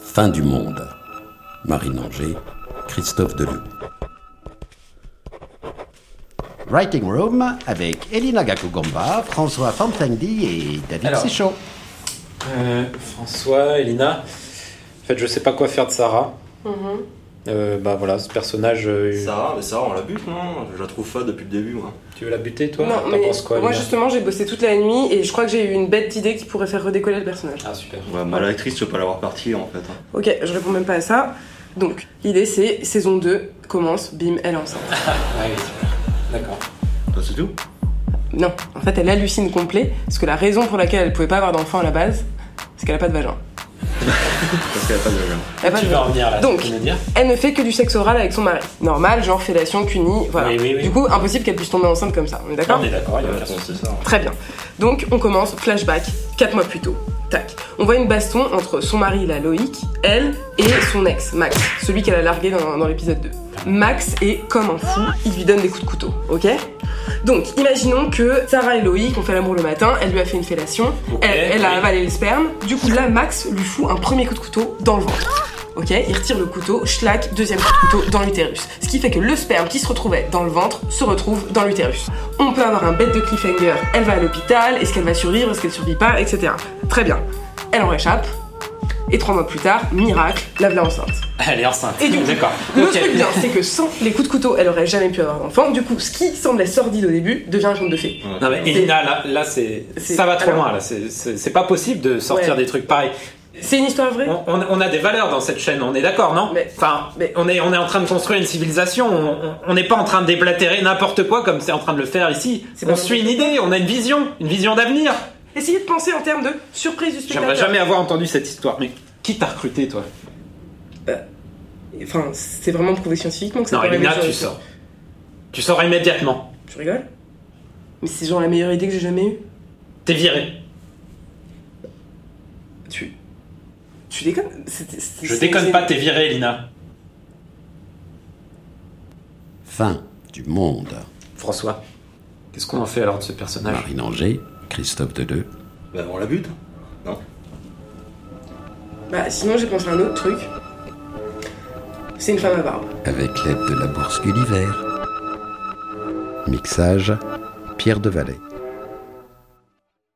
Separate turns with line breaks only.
Fin du monde. Marine Anger, Christophe Deluc.
Writing Room avec Elina Gakugomba, François Fantendi et David
Alors.
Sichon.
Euh, François, Elina. En fait, je sais pas quoi faire de Sarah.
Mhm.
Euh, bah voilà, ce personnage. euh,
Sarah, mais Sarah, on la bute, non Je la trouve pas depuis le début, moi.
Tu veux la buter, toi
Non,
T'en
mais
penses quoi,
moi
Elina
justement j'ai bossé toute la nuit et je crois que j'ai eu une bête d'idée qui pourrait faire redécoller le personnage.
Ah, super.
Ouais, bah, l'actrice, je peux pas l'avoir partie, en fait. hein.
Ok, je réponds même pas à ça. Donc, l'idée c'est saison 2 commence, bim, elle est enceinte.
Ah oui, super. D'accord.
Bah, c'est tout
Non, en fait elle hallucine complet parce que la raison pour laquelle elle pouvait pas avoir d'enfant à la base, c'est qu'elle a pas de vagin.
Parce qu'elle a pas de gueule.
Elle a pas
tu
de
vas
vagin.
revenir là,
Donc.
tu peux me dire
Elle ne fait que du sexe oral avec son mari. Normal, genre fellation, cunie, voilà.
Oui, oui, oui.
Du coup, impossible qu'elle puisse tomber enceinte comme ça, on est d'accord
On est d'accord, il y a
Ouais,
aucun
bon,
souci.
c'est ça. hein.
Très bien. Donc on commence, flashback, 4 mois plus tôt. Tac. On voit une baston entre son mari, la Loïc, elle, et son ex, Max, celui qu'elle a largué dans, dans l'épisode 2. Max est comme un fou, il lui donne des coups de couteau, ok Donc imaginons que Sarah et Loïc ont fait l'amour le matin, elle lui a fait une fellation,
Ok,
elle, elle a
oui.
avalé le sperme, du coup là Max lui fout un premier coup de couteau dans le ventre. Ok, il retire le couteau, schlac, deuxième coup de couteau dans l'utérus. Ce qui fait que le sperme qui se retrouvait dans le ventre se retrouve dans l'utérus. On peut avoir un bête de cliffhanger, elle va à l'hôpital, est-ce qu'elle va survivre, est-ce qu'elle survit pas, etc. Très bien. Elle en réchappe. Et trois mois plus tard, miracle, lave-la enceinte.
Elle est enceinte.
Et du coup-
D'accord.
Le
Ok.
truc bien, c'est que sans les coups de couteau, elle aurait jamais pu avoir d'enfant. Du coup, ce qui semblait sordide au début devient un conte de fées.
Ouais.
Non mais Elina, là, là c'est
C'est-
ça va trop
alors-
loin là. C'est- C'est c'est pas possible de sortir
Ouais.
des trucs pareils.
C'est une histoire vraie
On, on- on a des valeurs dans cette chaîne, on est d'accord, non
Mais-
Enfin,
mais-
on est on est en train de construire une civilisation. on- on- On n'est pas en train de déblatérer n'importe quoi comme c'est en train de le faire ici.
C'est pas
On suit une idée, on a une vision, une vision d'avenir.
Essayez de penser en termes de surprise du
J'aimerais
spectateur.
jamais avoir entendu cette histoire. Mais qui t'a recruté, toi
Enfin, c'est vraiment prouvé scientifiquement que c'est
Non,
pas la
Elina,
même chose.
tu sors. Tu sors immédiatement.
Tu rigoles Mais c'est genre la meilleure idée que j'ai jamais eue.
T'es viré.
Tu. Tu déconnes C'était- c'était-
Je
c'était-
déconne pas, t'es viré, Elina.
Fin du monde.
François, qu'est-ce qu'on en fait alors de ce personnage
Marine Anger, Christophe Deleu.
Bah, on la bute.
Bah, sinon, j'ai pensé à un autre truc. C'est une femme à barbe.
avec l'aide de la Bourse Gulliver. Mixage, Pierre Devalet.